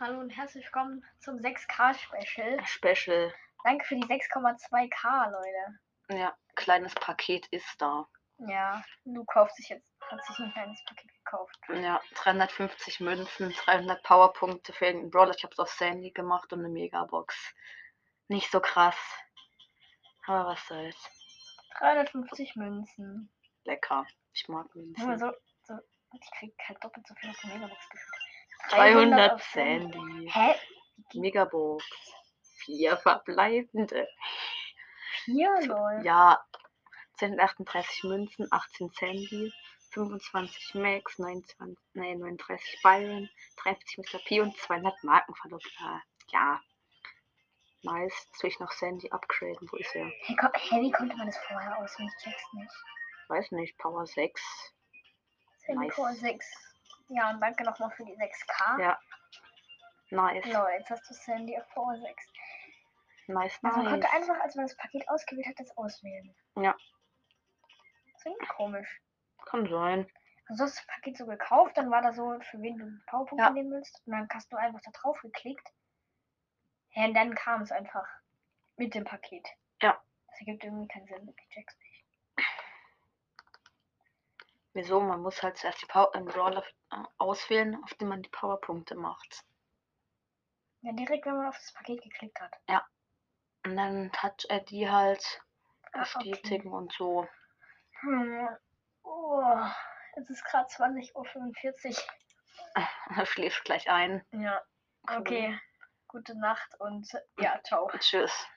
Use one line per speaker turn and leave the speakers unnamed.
Hallo und herzlich willkommen zum 6K-Special.
Special.
Danke für die 6,2K, Leute.
Ja, kleines Paket ist da.
Ja, Lu kauft sich jetzt, hat sich ein kleines Paket gekauft.
Ja, 350 Münzen, 300 Powerpunkte für irgendeinen Brawler. Ich hab's auf Sandy gemacht und eine Megabox. Nicht so krass. Aber was soll's.
350 Münzen.
Lecker. Ich mag Münzen.
Junge, so, so, ich krieg halt doppelt so viel auf die Megabox gefühlt.
300
auf Sandy.
Sandy.
Hä?
Megabox. Vier verbleibende.
Vier, lol.
Ja, 1038 Münzen, 18 Sandy, 25 Max, 29, nee, 39 Byron, 30 Mr. P und 200 Markenverdoppler. Ah, Ja. Nice. Jetzt will ich noch Sandy upgraden. Wo ist er?
Hä, ko- hä, wie konnte man das vorher aus? Ich check's nicht.
Weiß nicht. Power 6. Nice.
Nice. 6. Ja, und danke nochmal für die 6K.
Ja. Nice.
Lol, jetzt hast du Sandy auf Power 6.
Nice,
Also man konnte
nice.
einfach, als man das Paket ausgewählt hat, das auswählen.
Ja.
Das ist irgendwie komisch.
Kann sein.
Also du hast das Paket so gekauft, dann war da so, für wen du Powerpunkte
Ja.
nehmen willst. Und dann hast du einfach da drauf geklickt. Ja, und dann kam es einfach mit dem Paket.
Ja.
Das ergibt irgendwie keinen Sinn. Ich check's nicht.
Wieso? Man muss halt zuerst die Power im Brawler äh, auswählen, auf den man die Powerpunkte macht.
Ja, direkt, wenn man auf das Paket geklickt hat.
Und dann hat er die halt
Ah, okay.
bestätigen und so.
Hm. Oh, es ist gerade 20.45
Er schläft gleich ein.
Uhr. Ja.
Cool.
Okay. Gute Nacht und ja, ciao.
Tschüss.